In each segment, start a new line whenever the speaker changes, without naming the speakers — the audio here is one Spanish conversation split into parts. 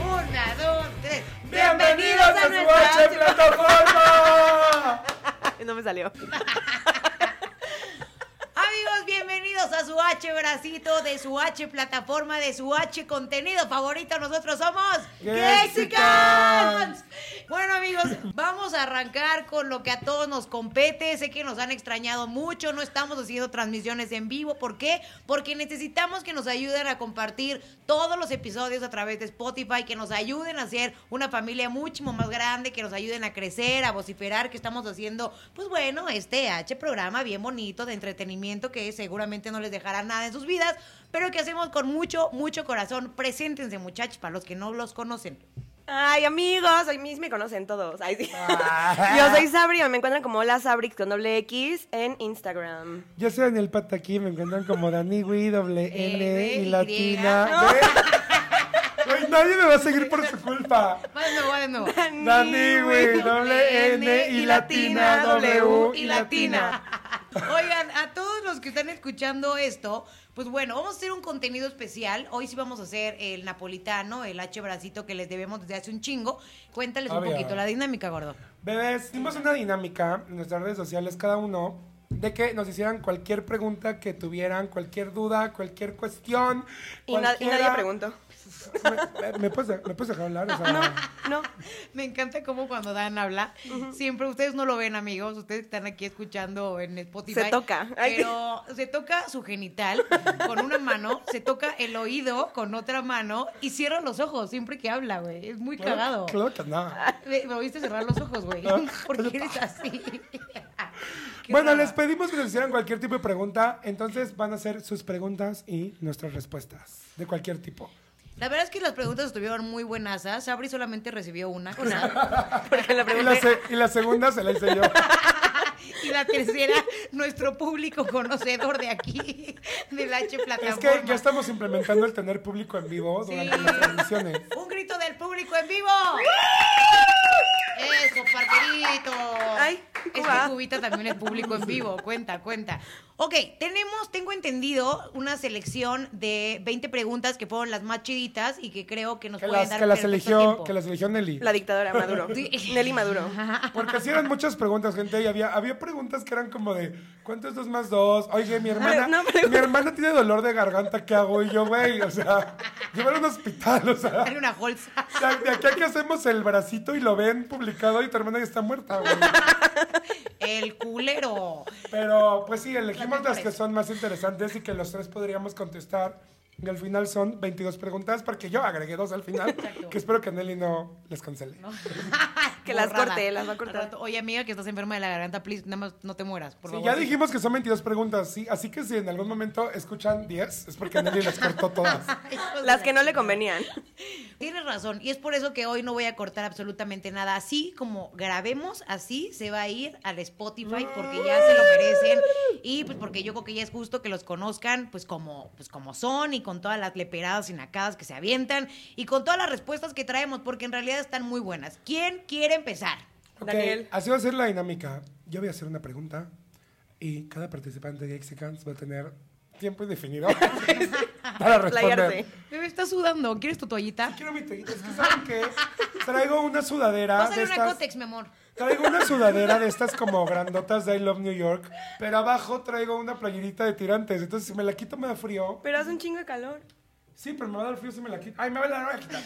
no me salió.
Amigos, bienvenidos a su H bracito, de su H plataforma, de su H contenido favorito. Nosotros somos
Gexicans.
Bueno, amigos, vamos a arrancar con lo que a todos nos compete. Sé que nos han extrañado mucho, no estamos haciendo transmisiones en vivo. ¿Por qué? Porque necesitamos que nos ayuden a compartir todos los episodios a través de Spotify, que nos ayuden a ser una familia muchísimo más grande, que nos ayuden a crecer, a vociferar, que estamos haciendo, pues bueno, este H programa bien bonito de entretenimiento que seguramente no les dejará nada en sus vidas, pero que hacemos con mucho, mucho corazón. Preséntense, muchachos, para los que no los conocen.
Ay, amigos, hoy mis me conocen todos. Ay, sí.
Ah.
Yo soy Sabri, me encuentran como la Sabrix con doble X en Instagram.
Yo soy Daniel Pataquí, me encuentran como Dani Wii, doble
Eh,
N
ve,
y
Y.
latina. Ve. Güey, nadie me va a seguir por su culpa.
Vas de nuevo, vas de nuevo.
Dani Wii, doble N y latina, W y latina.
Oigan, a todos los que están escuchando esto, pues bueno, vamos a hacer un contenido especial. Hoy sí vamos a hacer el napolitano, el H bracito que les debemos desde hace un chingo. Cuéntales un
Obvio.
poquito la dinámica, gordo.
Bebés, hicimos una dinámica en nuestras redes sociales, cada uno, de que nos hicieran cualquier pregunta que tuvieran, cualquier duda, cualquier cuestión.
Y, na- y nadie
cualquiera-
preguntó.
¿Me, me puedes, de- me puedes dejar hablar? O sea,
No.
Me encanta cómo cuando Dan habla, siempre ustedes no lo ven, amigos, ustedes están aquí escuchando en Spotify.
Se toca. Ay.
Pero se toca su genital con una mano, se toca el oído con otra mano y cierra los ojos siempre que habla, güey. Es muy
claro-
cagado. Ah,
claro que no.
Me, me oíste cerrar los ojos, güey.
Ah.
¿Por qué eres así? Qué
Bueno,
raro.
les pedimos que nos hicieran cualquier tipo de pregunta, entonces van a ser sus preguntas y nuestras respuestas, de cualquier tipo.
La verdad es que las preguntas estuvieron muy buenas. Sabri solamente recibió una. Una.
Porque la
Y la,
pregunté.
se- y la segunda se la hice yo.
Y la tercera, nuestro público conocedor de aquí, del H
Es
plataforma.
que ya estamos implementando el tener público en vivo durante
Sí.
las transmisiones.
¡Un grito del público en vivo! ¡Eso, parquerito!
Ay,
es
guau.
que Cubita también es público en vivo. Cuenta, cuenta. Ok, tenemos, tengo entendido, una selección de 20 preguntas que fueron las más chiditas y que creo que nos
Que
pueden
las,
dar
que las
perfecto
eligió,
tiempo.
que las eligió Nelly.
La dictadora Maduro. Nelly Maduro.
Porque sí eran muchas preguntas, gente, y había, había preguntas que eran como de, ¿cuánto es dos más dos? Oye, mi hermana,
ver, no, pero-
mi hermana tiene dolor de garganta, ¿qué hago? Y yo, güey, o sea, llevar a un hospital, o sea.
Dale una bolsa.
O sea, de aquí a que hacemos el bracito y lo ven publicado y tu hermana ya está muerta, güey.
El culero.
Pero pues sí, elegimos
Las
las que son más interesantes y que los tres podríamos contestar. Y al final son 22 preguntas, porque yo agregué dos al final, que espero que Nelly no les cancele.
Que las
Borrada.
corte, las va a
Al
cortar.
rato, Oye, amiga, que estás enferma de la garganta, please, nada más no te mueras, por
Sí,
favor.
ya dijimos que son 22 preguntas, sí, así que si en algún momento escuchan 10, es porque Nelly las cortó todas.
Las que no le convenían.
Tienes razón, y es por eso que hoy no voy a cortar absolutamente nada. Así como grabemos, así se va a ir al Spotify porque ya se lo merecen y pues porque yo creo que ya es justo que los conozcan pues como, pues como son y con todas las leperadas y nacadas que se avientan y con todas las respuestas que traemos porque en realidad están muy buenas. ¿Quién quiere empezar?
Ok,
Daniel.
así va a ser la dinámica. Yo voy a hacer una pregunta y cada participante de Exicans va a tener tiempo indefinido para responder.
Playarse.
Bebé, está sudando. ¿Quieres tu toallita?
Quiero mi toallita. Es que saben que traigo una sudadera de
Pásale una
estas.
Cotex, mi amor.
Traigo una sudadera de estas como grandotas de I Love New York, pero abajo traigo una playerita de tirantes. Entonces si me la quito me da frío.
Pero hace un chingo de calor.
Sí, pero me va a dar frío si me la quito. Ay, me va a dar frío.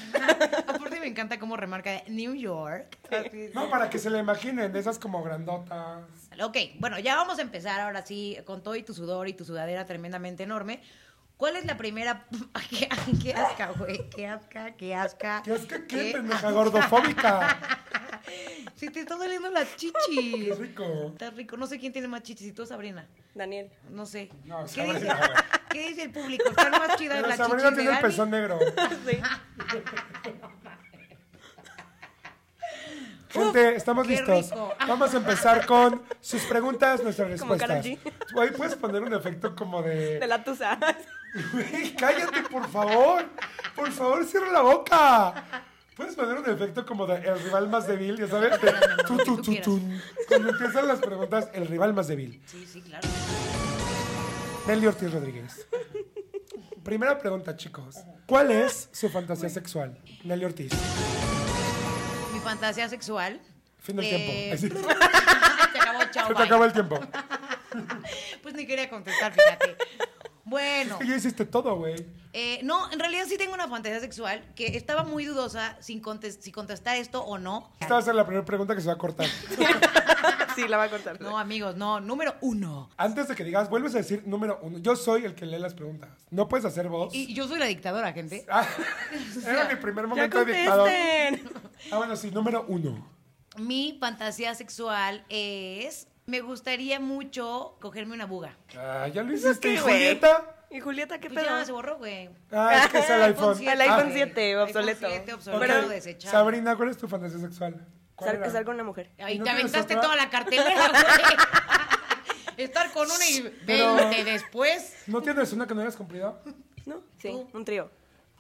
Aparte me encanta cómo remarca de New York. Así.
No, para que se la imaginen, de esas como grandotas.
Ok, bueno, ya vamos a empezar ahora sí con todo y tu sudor y tu sudadera tremendamente enorme. ¿Cuál es la primera? qué, qué asca, güey. Qué asca, qué asca.
¿Qué es que qué, pendeja gordofóbica?
Si te está doliendo las chichis.
Qué rico.
Está rico. No sé quién tiene más chichis, si tú, Sabrina.
Daniel.
No sé.
No,
¿Qué,
Sabrina,
dice,
güey.
¿Qué dice el público? ¿Están más chidas
Pero
las chichis
Sabrina
de
tiene el
Dani?
pezón negro.
Sí.
Gente, estamos
qué
listos.
rico.
Vamos a empezar con sus preguntas, nuestras
Como Karol
respuestas.
G.
Güey, puedes poner un efecto como de.
De la tusa.
Güey, cállate, por favor. Por favor, cierra la boca. Puedes poner un efecto como de el rival más débil, ya sabes. de tu, tu,
tú
tu,
quieras.
tun. Cuando empiezan las preguntas, el rival más débil.
Sí, sí, claro.
Nelly Ortiz Rodríguez. Primera pregunta, chicos. ¿Cuál es su fantasía sexual? Nelly Ortiz.
Mi fantasía sexual.
Fin del
Eh,
tiempo. Así.
Se acabó, chao. Chao,
Se te
bye.
acaba el tiempo.
Pues ni quería contestar, fíjate. Bueno,
Es que ya hiciste todo, güey.
eh, no, en realidad sí tengo una fantasía sexual que estaba muy dudosa sin contes- si contestar esto o no.
Estabas en la primera pregunta que se va a cortar.
Sí, la va a cortar.
No, amigos, no. Número uno.
Antes de que digas, vuelves a decir número uno. Yo soy el que lee las preguntas. No puedes hacer vos.
Y yo soy la dictadora, gente.
Ah, era mi primer
ya este.
momento de dictador.
contesten.
Ah, bueno, sí, número uno.
Mi fantasía sexual es... Me gustaría mucho cogerme una buga.
Ah, ya lo hiciste,
¿Qué,
¿Y
Pues güey?
Julieta.
¿Y Julieta qué
Pues ya se
pedo?
borró, güey.
Ah, es que es el iPhone.
siete. El
Ah,
iPhone siete. obsoleto.
iPhone 7
ok.
obsoleto,
Pero-
desechado.
Sabrina, ¿cuál es tu fantasía sexual? ¿Cuál
Sal-
era?
Estar con una mujer.
Ahí
¿No
te
tienes
aventaste
otra?
toda la cartelera, güey. Estar con una y 20
Pero-
después.
¿No tienes una que no hayas cumplido?
¿No? Sí,
Tú.
un trío.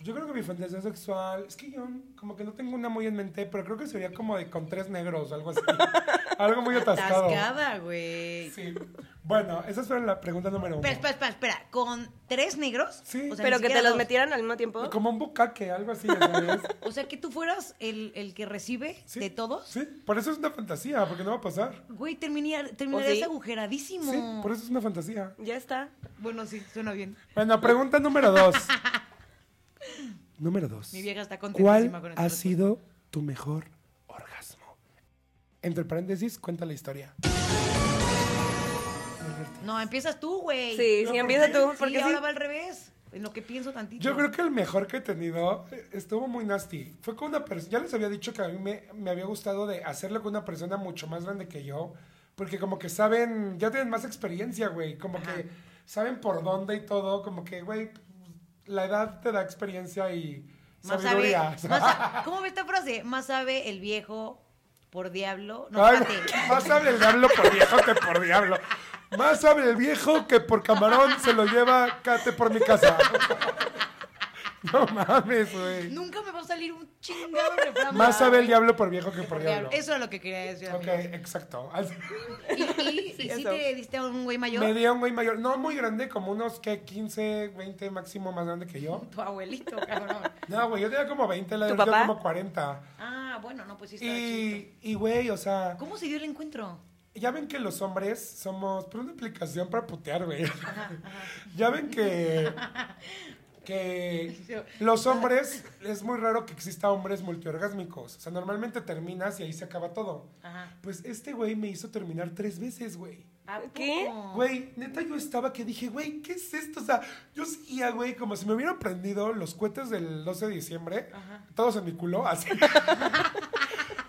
Yo creo que mi fantasía sexual es que yo como que no tengo una muy en mente, pero creo que sería como de con tres negros, algo así. algo muy atascado.
Tascada, güey.
Sí. Bueno, esa fue la pregunta número uno.
Espera, espera, espera, espera. ¿Con tres negros?
Sí.
O sea,
Pero
ni
que
siquiera
te los
dos.
metieran al mismo tiempo.
Como un bucaque, algo así, ya ¿sabes?
O sea, que tú fueras el, el que recibe
Sí.
de todos.
Sí, por eso es una fantasía, porque no va a pasar.
Güey, terminar- terminarías
sí?
agujeradísimo.
Sí, por eso es una fantasía.
Ya está.
Bueno, sí, suena bien.
Bueno, pregunta número dos. número dos.
Mi vieja está
¿Cuál
contentísima con esta
ha
respuesta.
sido tu mejor orgasmo? Entre paréntesis, cuenta la historia.
No, empiezas tú, güey.
Sí, sí, empieza tú.
Sí,
Porque sí.
ahora va al revés. En lo que pienso tantito.
Yo creo que el mejor que he tenido eh, estuvo muy nasty. Fue con una persona. Ya les había dicho que a mí me, me había gustado de hacerlo con una persona mucho más grande que yo. Porque como que saben, ya tienen más experiencia, güey. Como que saben por dónde y todo. Como que, güey, la edad te da experiencia y
Más sabe,
sabiduría.
más sa- ¿Cómo ve esta frase? Más sabe el viejo por diablo. No,
Ay,
espérate.
más sabe el diablo por viejo que por diablo. Más sabe el viejo que por camarón se lo lleva Cate por mi casa. No mames, güey.
Nunca me va a salir un chingado refrán.
Más sabe el
¿verdad?
diablo por viejo que por diablo.
Eso es lo que quería decir.
Ok,
amigo.
exacto. Así-
Y, y,
Sí,
y si
eso.
te diste a un güey mayor,
Me dio un güey mayor, no muy grande, como unos que 15, 20 máximo más grande que yo.
tu abuelito, cabrón.
No, güey, yo tenía como 20, la
¿Tu
de yo
papá?
como 40.
Ah, bueno, no, pues sí estaba chiquito.
Y, y güey, o sea,
¿Cómo se dio el encuentro?
ya ven que los hombres somos pero una aplicación para putear, güey. Ya ven que que los hombres es muy raro que exista hombres multiorgásmicos. O sea, normalmente terminas y ahí se acaba todo.
Ajá.
Pues este güey me hizo terminar tres veces, güey.
¿A
¿Qué?
poco?
Güey, neta, yo estaba que dije, güey, ¿qué es esto? O sea, yo seguía, güey, como si me hubieran prendido los cohetes del 12 de diciembre, todos en mi culo, así.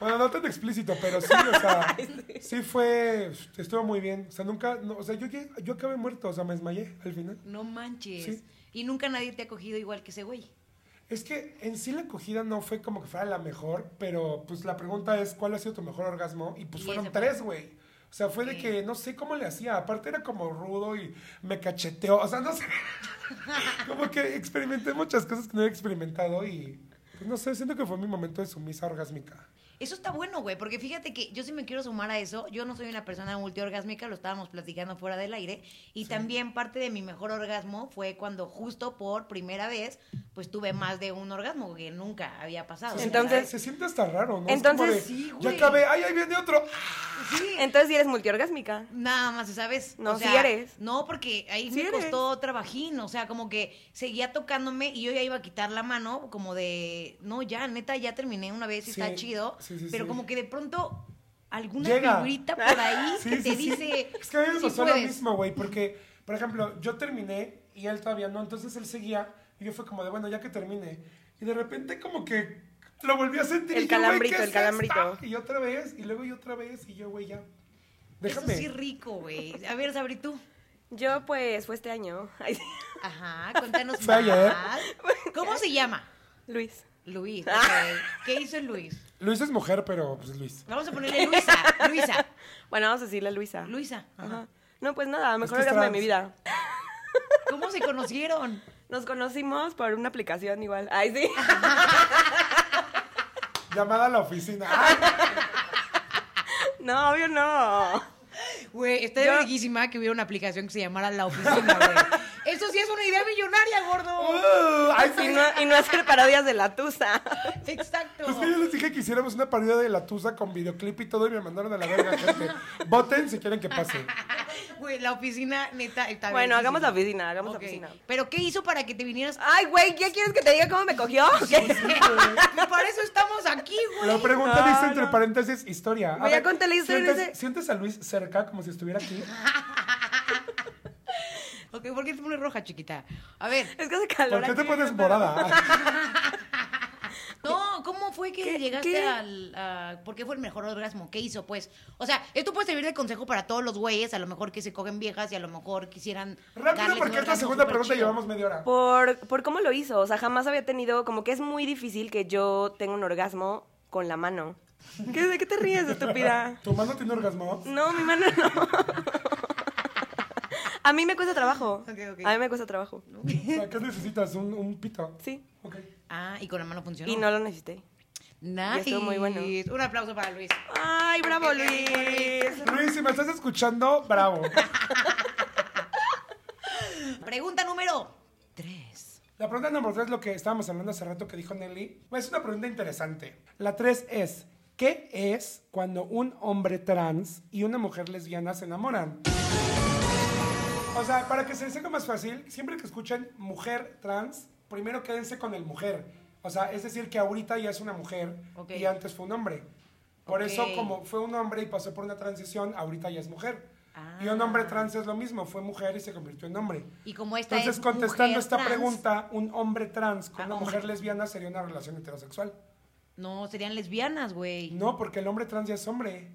bueno, no tan explícito, pero sí, o sea, sí fue, estuvo muy bien. O sea, nunca, no, o sea, yo, llegué- yo acabé muerto, o sea, me desmayé al final.
No manches.
Sí.
Y nunca nadie te ha cogido igual que ese güey.
Es que en sí la acogida no fue como que fuera la mejor, pero pues la pregunta es cuál ha sido tu mejor orgasmo y pues
Y
fueron
ese fue.
tres, güey. O sea, fue de
Sí.
que no sé cómo le hacía, aparte era como rudo y me cacheteó, o sea, no sé. como que experimenté muchas cosas que no había experimentado y pues no sé, siento que fue mi momento de sumisa orgásmica.
Eso está bueno, güey, porque fíjate que yo sí me quiero sumar a eso. Yo no soy una persona multiorgásmica, lo estábamos platicando fuera del aire. Y también parte de mi mejor orgasmo fue cuando justo por primera vez, pues tuve más de un orgasmo que nunca había pasado.
Entonces-
se siente hasta raro, ¿no? Es
Entonces,
como de,
sí,
ya
güey.
acabé, ay, ahí viene otro.
¿sabes? sí.
Entonces sí eres multiorgásmica.
Nada más, ¿sabes?
No, sí eres.
No, porque ahí
Sí
me
eres.
costó trabajín, o sea, como que seguía tocándome y yo ya iba a quitar la mano, como de, no, ya, neta, ya terminé una vez y
Sí,
está chido,
sí, sí,
pero
sí.
como que de pronto alguna
Llega.
figurita por ahí
Sí,
que
sí,
Ah, te
sí.
dice,
Es que a mí me
"Sí
pasó lo
puedes".
mismo, güey, porque, por ejemplo, yo terminé y él todavía no, entonces él seguía y yo fue como de, bueno, ya que termine. Y de repente como que lo volví a sentir.
El
y yo, güey,
calambrito,
¿qué
el
es
calambrito.
esta? Y otra vez, y luego y otra vez, y yo, güey, ya. Déjame.
Eso sí rico, güey. A ver, Sabri, tú.
Yo pues fue este año. Ay, sí.
Ajá, cuéntanos
Fue ayer.
más. ¿Cómo se llama?
Luis.
Luis, ok. ¿Qué hizo el Luis?
Luis es mujer, pero pues Luis.
Vamos a ponerle Luisa, Luisa,
Bueno, vamos a decirle a Luisa.
Luisa. Ajá.
Ajá. No, pues nada, mejor
que es
orgasmo de
trans.
mi vida.
¿Cómo se conocieron?
Nos conocimos por una aplicación igual. Ay, sí.
Llamada a la oficina. ¡Ah!
No, obvio no.
Güey, está de
Yo-
verguísima que hubiera una aplicación que se llamara La Oficina, güey. Eso eso sí es una idea millonaria, gordo.
Uh, ay,
Y
sí.
no, y no hacer parodias de la tusa.
Exacto.
Pues que yo les dije que hiciéramos una parodia de la Tusa con videoclip y todo y me mandaron a la verga, gente. Voten si quieren que pase.
Güey, la oficina, neta. está bien
Bueno, hagamos la
difícil.
oficina, hagamos
Ok.
la oficina.
¿Pero qué hizo para que te vinieras?
Ay, güey, ¿qué quieres que te diga cómo me cogió?
No, Para eso estamos aquí, güey.
La pregunta
No,
dice entre
Ah, no.
paréntesis historia. A
Voy a
ver,
contar la historia de
¿sientes,
ese-
sientes a Luis cerca como si estuviera aquí?
Ok, ¿por qué te pones roja, chiquita? A ver,
Es que hace calor.
¿Por qué te
aquí,
pones
pero-
morada?
no, ¿cómo fue que
¿Qué-
llegaste
qué?
al... a- ¿Por qué fue el mejor orgasmo? ¿Qué hizo, pues? O sea, esto puede servir de consejo para todos los güeyes, a lo mejor que se cogen viejas y a lo mejor quisieran...
Rápido, porque es la segunda pregunta y llevamos media hora.
Por, por cómo lo hizo. O sea, jamás había tenido. Como que es muy difícil que yo tenga un orgasmo con la mano. ¿Qué- ¿De qué te ríes, estúpida?
¿Tu mano tiene orgasmo?
No, mi mano no. A mí me cuesta trabajo.
Ok, ok.
A mí me cuesta trabajo.
O sea, ¿Qué necesitas? ¿Un, un pito?
Sí.
Ok.
Ah, y con la mano funcionó.
Y no lo necesité.
Nice.
y estuvo muy bueno.
Un aplauso para Luis.
Ay, bravo,
Ok,
Luis.
Luis, si me estás escuchando, bravo.
Pregunta número tres.
La pregunta número tres, lo que estábamos hablando hace rato que dijo Nelly, pues es una pregunta interesante. La tres es, ¿qué es cuando un hombre trans y una mujer lesbiana se enamoran? O sea, para que se les haga más fácil, siempre que escuchen mujer trans, primero quédense con el mujer. O sea, es decir, que ahorita ya es una mujer
Ok.
y antes fue un hombre. Por eso,
Ok.
como fue un hombre y pasó por una transición, ahorita ya es mujer.
Ah.
Y un hombre trans es lo mismo, fue mujer y se convirtió en hombre.
Y como esta
Entonces,
es
contestando
mujer
esta
trans,
pregunta, un hombre trans con
Ah,
una
hombre.
mujer lesbiana sería una relación heterosexual.
No, serían lesbianas, güey.
No, porque el hombre trans ya es hombre.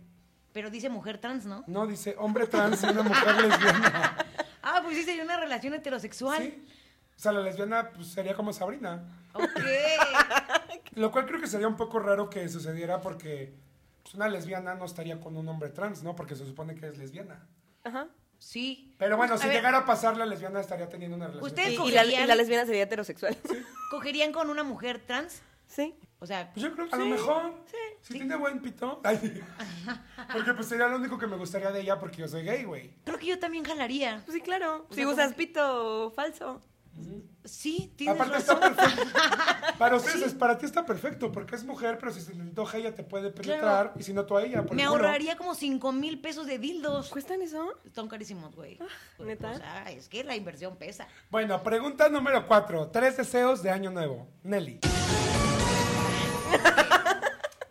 Pero dice mujer trans, ¿no?
No, dice hombre trans y una mujer lesbiana.
Ah, pues sí, sería una relación heterosexual.
Sí. O sea, la lesbiana pues, sería como Sabrina.
Ok.
Lo cual creo que sería un poco raro que sucediera porque pues, una lesbiana no estaría con un hombre trans, ¿no? Porque se supone que es lesbiana.
Ajá.
Sí.
Pero bueno,
Pues, a
si
ver,
llegara a pasar, la lesbiana estaría teniendo una relación.
Ustedes
Y,
heterosexual.
y la, y la
cogerían-
lesbiana sería heterosexual.
¿Cogerían con una mujer trans?
Sí.
O sea,
Pues yo creo que a lo mejor. Si
sí.
tiene buen pito. Ay, porque pues sería lo único que me gustaría de ella porque yo soy gay, güey.
creo que yo también jalaría.
Pues Sí, claro.
O sea,
Si
como
usas
que-
pito falso.
Sí, tienes
Aparte
razón.
está perfecto. Para ustedes, es- para ti está perfecto, porque es mujer, pero si se le antoja ella te puede penetrar,
Claro.
y si no tú a ella. Por
Me
el culo.
ahorraría como 5 mil pesos de dildos.
¿Cuestan eso?
Están carísimos, güey.
Ah, ¿neta?
O sea, es que la inversión pesa.
Bueno, pregunta número cuatro. Tres deseos de año nuevo. Nelly.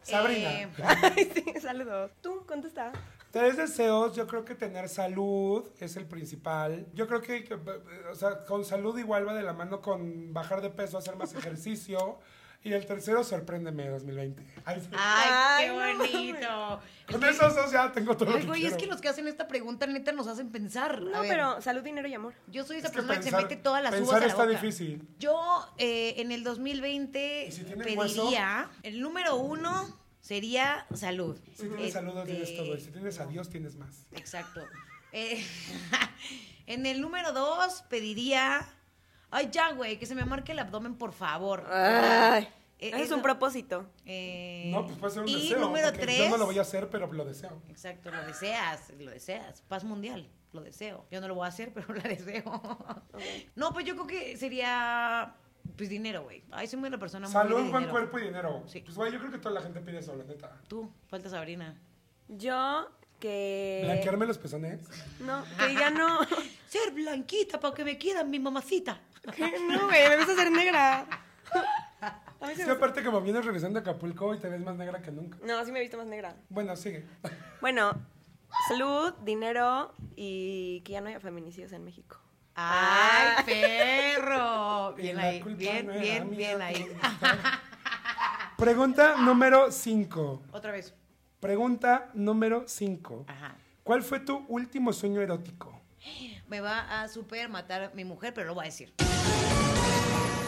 Sabrina.
Eh,
Ay, sí, saludos. Tú, contesta.
Tres deseos, yo creo que tener salud es el principal. Yo creo que, que, o sea, con salud igual va de la mano con bajar de peso, hacer más ejercicio. Y el tercero, sorpréndeme 2020. Ay, sí.
Ah. Ay, qué
Ay, no
bonito.
Con esos dos ya tengo todo
Ay,
lo que
güey, es que
quiero.
los que hacen esta pregunta neta nos hacen pensar. A
No,
ver,
pero salud, dinero y amor.
Yo soy esa
Es que
persona que, se
pensar-
mete todas las uvas
pensar
a la
está
boca.
difícil.
Yo eh, en el 2020
¿Y si tienen
pediría
hueso?
el número uno sería salud.
Si tienes salud, no tienes
Este,
todo. Y si tienes a Dios, tienes más.
Exacto. Eh, en el número dos pediría, ay ya güey, que se me marque el abdomen por favor.
Ay.
Eh,
Ese es
eso-
un propósito.
Eh,
No, pues puede ser un
y
deseo.
número
ok,
tres.
Yo no lo voy a hacer, pero lo deseo.
Exacto, lo deseas, lo deseas. Paz mundial, lo deseo. Yo no lo voy a hacer, pero la deseo. No, pues yo creo que sería, pues dinero, güey. Ay, soy muy una persona muy de
Salud, buen
dinero.
cuerpo y dinero.
Sí.
Pues, güey, yo creo que toda la gente pide eso, la neta.
Tú, falta Sabrina.
Yo
Eh,
que.
Blanquearme los pezones.
No, que ya no.
Ser blanquita para que me quieran mi mamacita.
Que no, güey, me gusta ser negra. A mí
Es
se
que
me-
aparte, como vienes regresando a Acapulco y te ves más negra que nunca.
No, sí me he visto más negra.
Bueno, sigue.
Bueno, salud, dinero y que ya no haya feminicidios en México.
Ay, perro.
Y
Bien
Ah. la
ahí,
culpa
bien,
no era
bien,
mía,
bien
¿cómo
ahí.
está? Pregunta número 5.
Otra vez.
Pregunta número 5.
Ajá.
¿Cuál fue tu último sueño erótico?
Me va a super matar mi mujer, pero lo voy a decir.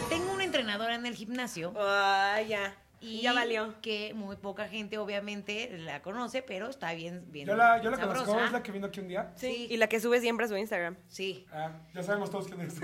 Tengo una entrenadora en el gimnasio
Ay, ya.
Y
Ya valió.
Que muy poca gente, obviamente, la conoce, pero está bien. bien
Yo la, yo la
bien
conozco,
sabrosa.
es la que vino aquí un día.
Sí.
Y la que sube siempre a su Instagram.
Sí.
Ah, ya sabemos todos quién es.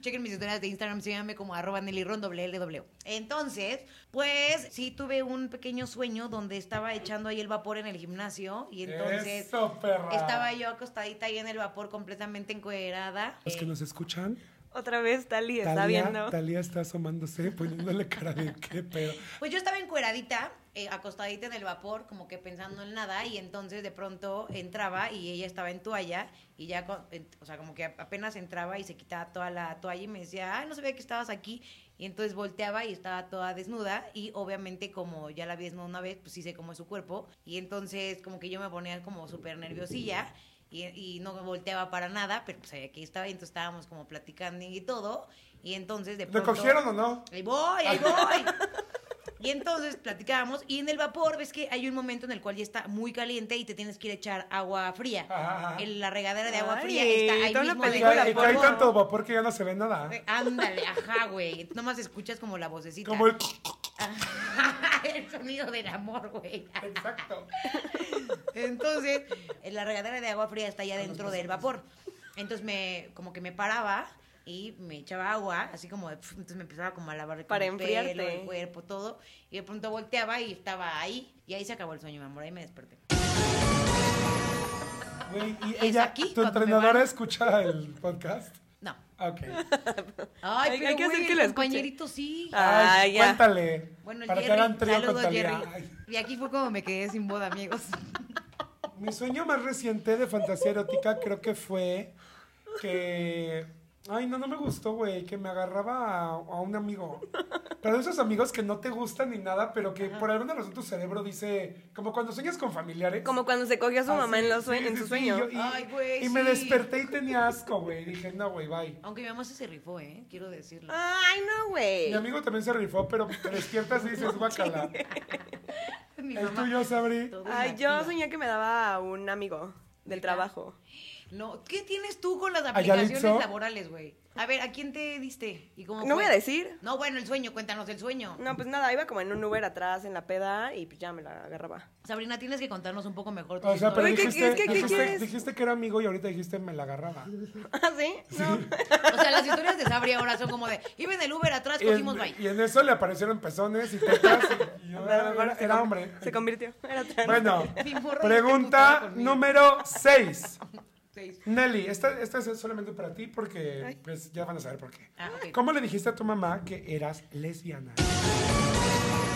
Chequen mis historias de Instagram, síganme como arroba Nelly Ron, doble L, doble O. Entonces, pues sí tuve un pequeño sueño donde estaba echando ahí el vapor en el gimnasio y entonces
Eso, perra.
estaba yo eh, acostadita ahí en el vapor completamente encuerada.
Los que nos escuchan,
Otra vez Tali está
Talía,
viendo.
Talía está asomándose, poniéndole cara de qué pedo.
Pues yo estaba encueradita, eh, acostadita en el vapor, como que pensando en nada, y entonces de pronto entraba y ella estaba en toalla, y ya, co- en- o sea, como que apenas entraba y se quitaba toda la toalla y me decía, ay, no sabía que estabas aquí. Y entonces volteaba y estaba toda desnuda, y obviamente como ya la vi desnuda una vez, pues sí sé cómo es su cuerpo, y entonces como que yo me ponía como súper nerviosilla. Y, y no volteaba para nada, pero pues sabía que ahí estaba y entonces estábamos como platicando y todo. Y entonces de
¿Lo
pronto...
cogieron o no?
Ahí voy, ahí voy. Y entonces platicábamos y en el vapor ves que hay un momento en el cual ya está muy caliente y te tienes que ir a echar agua fría.
Ajá, ajá.
En la regadera de agua
Ay,
fría está ahí
toda una
mismo.
Y
Digo,
dentro
película la
cae,
del
y cae
polvo.
vapor. Eh,
tanto vapor que ya no se ve nada.
Ándale, ajá, güey. Nomás escuchas como la vocecita.
Como el...
el sonido del amor, güey.
Exacto.
Entonces, en la regadera de agua fría está
Ah,
allá
pues,
dentro del vapor. Entonces me, como que me paraba y me echaba agua, así como, de, pf, entonces me empezaba como a lavar como
Para
el pelo,
enfriarte.
el cuerpo, todo. Y de pronto volteaba y estaba ahí. Y ahí se acabó el sueño, mi amor, ahí me desperté.
Güey, y
Es
ella,
aquí
tu
cuando me
entrenadora
van.
escucha el podcast.
No.
Ah, Ok.
Ay,
Hay-
pero
hay que hacer
güey,
que
el
la escuche.
compañerito sí.
Ah,
Ay,
ya.
Cuéntale.
Bueno, el
para que
Jerry,
hagan trío con
saludos
Talía.
Jerry.
Ay.
Y aquí fue como me quedé sin boda, amigos.
Mi sueño más reciente de fantasía erótica creo que fue que... Ay, no, no me gustó, güey, que me agarraba a, a un amigo. Pero de esos amigos que no te gustan ni nada, pero que por alguna razón tu cerebro dice, como cuando sueñas con familiares.
Como cuando se cogió a su
Así,
mamá en, los sue-
Ah, sí,
en
sí,
su
sí,
sueño.
yo- y
Ay, güey,
y me
sí.
desperté y tenía asco, güey. Dije, no, güey, bye.
Aunque mi mamá sí se rifó, ¿eh? Quiero decirlo.
Ay, no, güey.
Mi amigo también se rifó, pero te despiertas y dices, guacala.
Mi
El
mamá.
tuyo, Sabri.
todo
Ay, yo
inactiva.
soñé que me daba a un amigo del trabajo.
No, ¿qué tienes tú con las
Yalitza?
aplicaciones laborales, güey? A ver, ¿a quién te diste? ¿Y cómo fue?
No voy a decir.
No, bueno, el sueño, cuéntanos el sueño.
No, pues nada, iba como en un Uber atrás en la peda y pues ya me la agarraba.
Sabrina, tienes que contarnos un poco mejor. tu
O sea, pero
Oye,
historia.
¿qué-
dijiste,
es que- qué
dijiste-
quieres?
dijiste que era amigo y ahorita dijiste me la agarraba.
¿Ah, sí? No.
O sea, las historias de Sabri ahora son como de, iba en el Uber atrás,
Y en,
cogimos bye.
y en eso le aparecieron pezones y tetas y, y yo
A lo
era,
mejor
era-
se
era
conv-
hombre.
Se convirtió. Era trans.
Bueno,
Mi morro está
pregunta
emputada conmigo.
número 6.
Seis.
Nelly, esta, esta es solamente para ti porque
Ay.
pues, ya van a saber por qué.
Ah, ok.
¿Cómo le dijiste a tu mamá que eras lesbiana?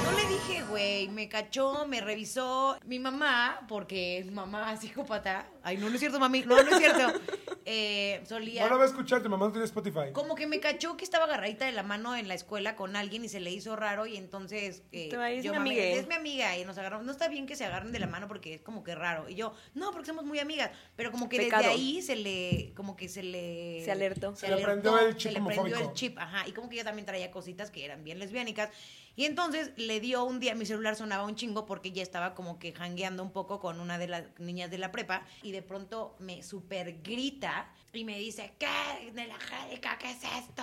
No le dije, güey, me cachó, me revisó. Mi mamá, porque es mamá psicópata. Ay, no, no es cierto, mami. No, no es cierto. Eh, solía...
No lo va a escuchar, tu mamá no tiene Spotify.
Como que me cachó que estaba agarradita de la mano en la escuela con alguien y se le hizo raro y entonces eh,
Te va a ir, es mi
mami,
amiga.
es mi amiga y nos agarramos. No está bien que se agarren de la mano porque es como que raro. Y yo, no, porque somos muy amigas. Pero como que
Pecado.
desde ahí se le, como que se le...
Se alertó.
Se le prendió el chip
Se le prendió
homofóbico.
el chip, ajá. Y como que yo también traía cositas que eran bien lesbiánicas. Y entonces le dio un día, mi celular sonaba un chingo porque ya estaba como que jangueando un poco con una de las niñas de la prepa. Y de pronto me super grita y me dice, ¿qué? De la Angélica, ¿qué es esto?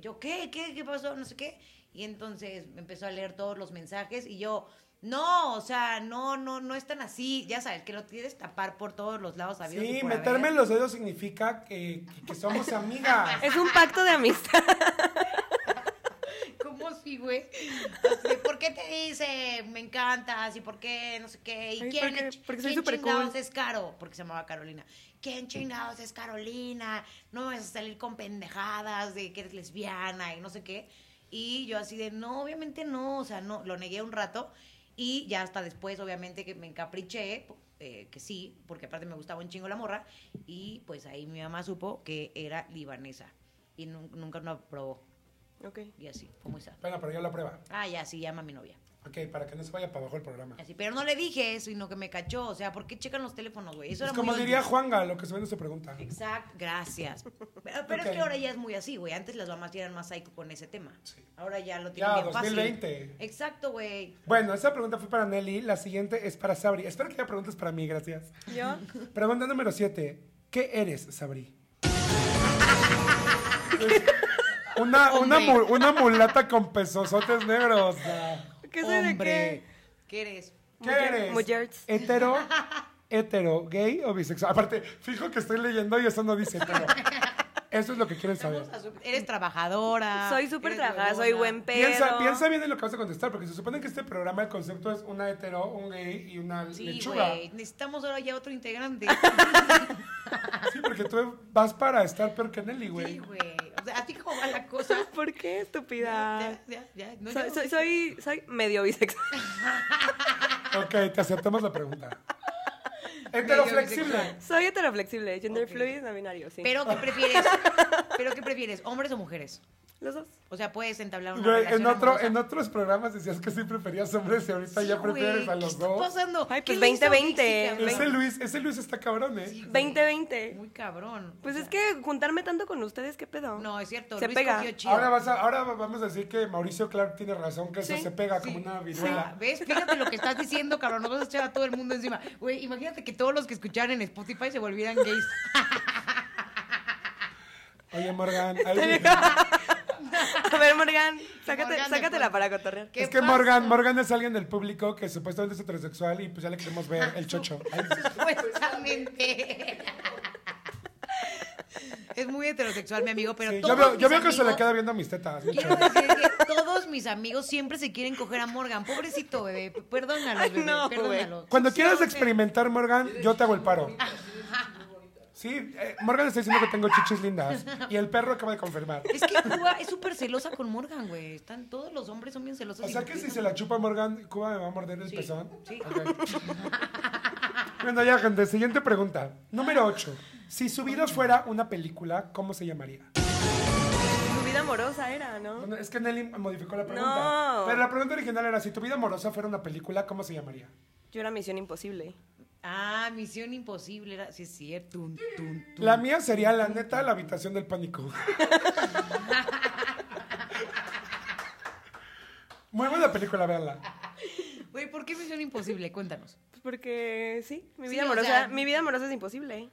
Yo, ¿qué? ¿Qué? ¿Qué pasó? No sé qué. Y entonces me empezó a leer todos los mensajes y yo... No, o sea, no, no, no es tan así. Ya sabes, que lo quieres tapar por todos los lados. habidos y
Sí,
por
meterme
haber.
en los dedos significa que, que- que somos amigas.
Es un pacto de amistad.
¿Cómo sí, güey? Así de, ¿Por qué te dice me encantas y por qué no sé qué? ¿Y
Ay,
quién,
porque- porque soy
quién
súper cool.
chingados es Caro? Porque se llamaba Carolina. ¿Quién chingados es Carolina? No me vas a salir con pendejadas de que eres lesbiana y no sé qué. Y yo así de, no, obviamente no, o sea, no, lo negué un rato y ya hasta después, obviamente, que me encapriché, eh, que sí, porque aparte me gustaba un chingo la morra, y pues ahí mi mamá supo que era libanesa y nun- nunca lo aprobó,
Ok.
y así, fue muy sad.
Bueno, pero yo la prueba.
Ah, ya, sí, llama a mi novia.
Ok, para que no se vaya para abajo el programa.
Así, pero no le dije, sino que me cachó. O sea, ¿por qué checan los teléfonos, güey? Eso
Es
era
como
muy
diría
antes.
Juanga, lo que se ve en su pregunta.
Exacto, gracias. Pero, pero
Ok.
es que ahora ya es muy así, güey. Antes las mamás eran más psycho con ese tema.
Sí.
Ahora ya lo tienen
Ya,
bien
2020.
fácil. Exacto, güey.
Bueno, esa pregunta fue para Nelly, la siguiente es para Sabri. Espero que haya preguntas para mí, gracias.
Yo.
Pregunta número 7. ¿Qué eres, Sabri? Una, una,
Hombre.
mu- una mulata con pesosotes negros. o sea,
¿Qué soy de
Hombre,
qué?
¿Qué eres?
¿Qué
Mujer-
eres?
mujeres.
¿Hetero? ¿Hetero? ¿Gay o bisexual? Aparte, fijo que estoy leyendo y eso no dice hetero. Eso es lo que quieren saber.
Eres trabajadora.
Soy súper
Ah, eres
trabajada, soy buen
huevona.
pedo.
Piensa, piensa bien en lo que vas a contestar, porque se supone que este programa, el concepto es una hetero, un gay y una
Sí,
lechuga.
güey. Necesitamos ahora ya otro integrante.
Sí, porque tú vas para estar peor que Nelly, güey.
Sí, güey. O sea, así como va la cosa.
¿Por qué, estúpida?
Ya, ya, ya. No,
Soy,
ya.
soy, soy, soy medio bisexual.
ok, te aceptamos la pregunta. Hetero flexible.
bisexual.
Soy heteroflexible, gender
Ok.
fluid, no binario, sí.
Pero ¿qué prefieres? ¿Pero qué prefieres? ¿Hombres o mujeres?
Los dos.
O sea, puedes entablar una
Güey,
relación
en, otro,
amorosa.
en otros programas decías que sí preferías hombres y ahorita
Sí,
ya prefieres
güey,
a los
¿qué está
dos.
pasando?
Ay,
¿Qué
pues
le hizo
20-20,
Dixie, cabrón?
Ese Luis, ese Luis está cabrón, ¿eh?
Sí, güey.
20-20.
Muy cabrón.
Pues
O
es
sea,
que juntarme tanto con ustedes, ¿qué pedo?
No, es cierto.
Se
Luis
pega.
cogió chido.
Ahora, vas a- ahora vamos a decir que Mauricio Clark tiene razón, que eso
Sí,
se pega
Sí,
como una
ah,
viruela.
¿Ves? Fíjate lo que estás diciendo, cabrón. Nos vas a echar a todo el mundo encima. Güey, imagínate que todos los que escucharan en Spotify se volvieran gays.
Oye, Morgan, ahí-
A ver, Morgan, sácate,
Morgan,
sácatela
después.
para cotorrear.
¿Qué
es que
pasa?
Morgan, Morgan es alguien del público que supuestamente es heterosexual y pues ya le queremos ver el chocho. Ay,
Supuestamente. es muy heterosexual, mi amigo, pero
sí, yo
todos
veo,
mis
yo veo que se le
amigos-
queda viendo a mis tetas. mucho.
Quiero decir que todos mis amigos siempre se quieren coger a Morgan. Pobrecito, bebé. Perdónalo,
Ay,
bebé.
no, güey.
perdónalo.
Cuando
Sí,
quieras
hombre.
experimentar, Morgan, yo te hago el paro. Sí, eh, Morgan está diciendo que tengo chichis lindas. Y el perro acaba de confirmar.
Es que Cuba es súper celosa con Morgan, güey. Están, todos los hombres son bien celosos.
O sea
y-
que si se la chupa Morgan, Cuba me va a morder el
Sí,
pezón.
sí.
Ok. bueno, ya, gente, siguiente pregunta. Número 8. Si su vida fuera una película, ¿cómo se llamaría?
Tu vida amorosa era, ¿no?
Bueno, es que Nelly modificó la pregunta.
No.
Pero la pregunta original era, si tu vida amorosa fuera una película, ¿cómo se llamaría?
Yo era Misión Imposible.
Ah, Misión Imposible. Era... Sí, es cierto. Tun, tun, tun.
La mía sería, la neta, la habitación del pánico. Muy buena película, véanla.
Güey, ¿por qué Misión Imposible? Cuéntanos.
Pues porque sí, mi
Sí,
vida
o
amorosa,
sea-
mi vida amorosa es imposible.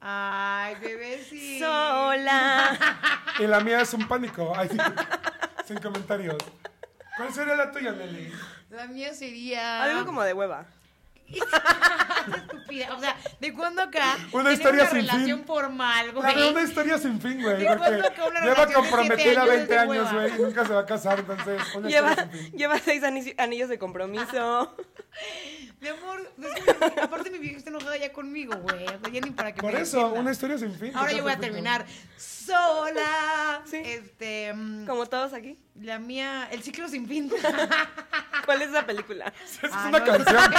Ay, bebé, sí.
Sola.
Y la mía es un pánico. Ay, sí. sin comentarios. ¿Cuál sería la tuya, Nelly?
La mía sería.
Algo como de hueva.
Estúpida. O sea, ¿de cuándo acá?
Una
tienen
historia
una
sin fin.
relación formal,
La
güey.
verdad, una historia sin fin, güey.
¿De cuándo
Porque
acá una
lleva
relación de siete
comprometida
años
20
de
años,
hueva?
güey. y Nunca se va a casar, entonces. Una
Lleva,
historia sin fin.
lleva seis ani- anillos de compromiso.
Mi amor, no es que mi- aparte mi vieja está enojada ya conmigo, güey. O sea, ya ni para que
Por
me
eso,
defienda.
una historia sin fin.
Ahora
está
yo voy a
perfecto.
terminar sola.
Sí.
Este, mm,
Como todos aquí.
la mía, el ciclo sin fin.
¿Cuál es la película?
Esa es
Ah,
una
no,
canción.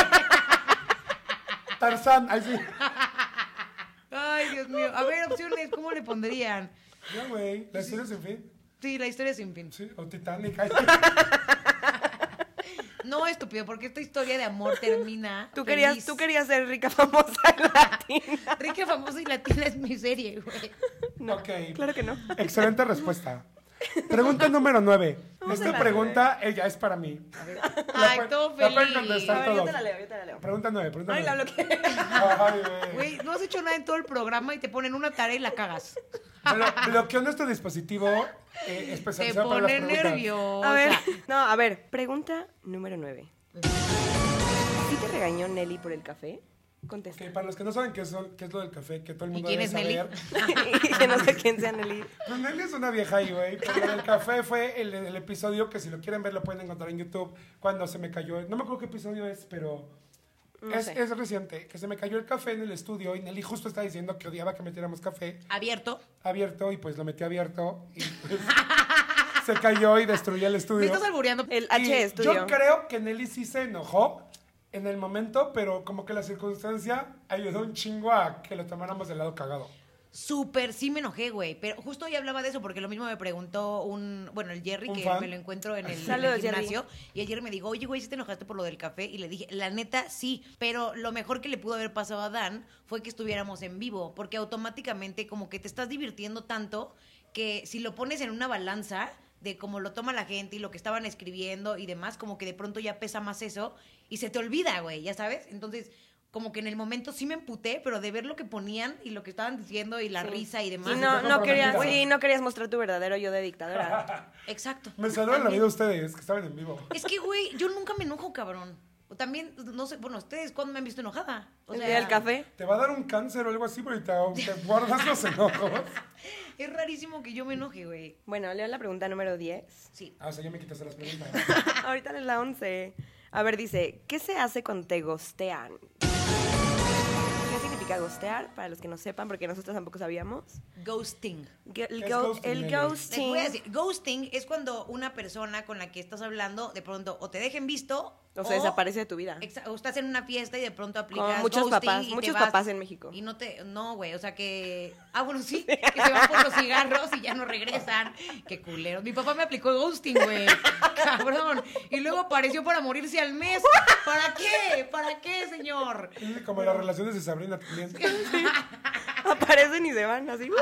Tarzán, ay, sí.
Ay, Dios mío. A ver, opciones, ¿cómo le pondrían?
Ya, güey. La historia sin fin.
Sí, la historia sin fin.
Sí, o Titanic. ay,
No, estúpido, porque esta historia de amor termina.
Tú querías,
feliz.
tú querías ser rica, famosa y latina.
Rica, famosa y latina es mi serie, güey.
No,
Ok.
claro que no.
Excelente respuesta. Pregunta número 9.
Vamos a
Esta
la
pregunta, ella es para mí.
Ay,
pueden-
todo
la pueden
feliz.
A
contestar.
ver, yo te
todos.
la leo, yo te la leo.
Pregunta 9, pregunta
Ay, la
9.
bloqueé.
Ay, güey.
Güey, no has hecho nada en todo el programa y te ponen una tarea y la cagas.
Blo- bloqueó nuestro dispositivo eh,
Te
especializado para las
pone
preguntas.
nerviosa.
A ver, no, a ver. Pregunta número 9. ¿Sí te regañó Nelly por el café? Contesta.
Ok, para los que no saben qué, son, qué es lo del café, que todo el
¿Y
mundo
quién
debe
es Nelly?
saber.
que no sé quién sea Nelly.
Pues Nelly es una vieja ahí, güey. Pero el café fue el, el episodio que si lo quieren ver lo pueden encontrar en YouTube cuando se me cayó. No me acuerdo qué episodio es, pero
No
es,
sé.
es reciente. Que se me cayó el café en el estudio y Nelly justo está diciendo que odiaba que metiéramos café
Abierto.
abierto y pues lo metí abierto y pues, se cayó y destruyó el
Me
estudio.
estás albureando.
El
Y
H estudio.
Yo creo que Nelly sí se enojó en el momento, pero como que la circunstancia ayudó un chingo a que lo tomáramos del lado cagado.
Súper, sí me enojé, güey. Pero justo hoy hablaba de eso porque lo mismo me preguntó un, bueno, el Jerry,
¿Un
que
fan?
me lo encuentro en el, en el
Saludos, Jerry.
gimnasio. Y el Jerry me dijo, oye, güey, ¿sí te enojaste por lo del café? Y le dije, la neta, sí. Pero lo mejor que le pudo haber pasado a Dan fue que estuviéramos en vivo. Porque automáticamente como que te estás divirtiendo tanto que si lo pones en una balanza de cómo lo toma la gente y lo que estaban escribiendo y demás, como que de pronto ya pesa más eso y se te olvida, güey, ya sabes. Entonces... como que en el momento sí me emputé, pero de ver lo que ponían y lo que estaban diciendo y la
Sí.
risa y demás.
Sí, no,
está
no querías,
comprometida.
sí, no querías mostrar tu verdadero yo de dictadora.
Exacto.
Me salvaron la vida ustedes, que estaban en vivo.
Es que, güey, yo nunca me enojo, cabrón. O también, no sé, bueno, ustedes, ¿cuándo me han visto enojada? O
El día del café.
Te va a dar un cáncer o algo así, pero te, te guardas los enojos.
Es rarísimo que yo me enoje, güey.
Bueno, leo la pregunta número 10.
Sí.
Ah, o sea, ya me quitas las preguntas.
Ahorita lees la 11. A ver, dice, ¿qué se hace cuando te gostean? ¿Qué significa gostear? Para los que no sepan, porque nosotros tampoco sabíamos.
Ghosting.
Gu- El,
Es
go-
ghosting,
el
Nelly.
Les
ghosting.
voy a decir, ghosting es cuando una persona con la que estás hablando de pronto o te dejen visto
O sea, desaparece de tu vida.
Exa- O estás en una fiesta y de pronto aplicas
Como Ah. muchos
ghosting
papás,
y te
muchos
vas.
papás en México.
Y no te, no, güey, o sea que, ah, bueno, sí, que se van por los cigarros y ya no regresan. Qué culero. Mi papá me aplicó ghosting, güey, cabrón. Y luego apareció para morirse al mes. ¿Para qué? ¿Para qué, señor?
Es como las relaciones de Sabrina también.
Aparecen y se van así. ¡uh!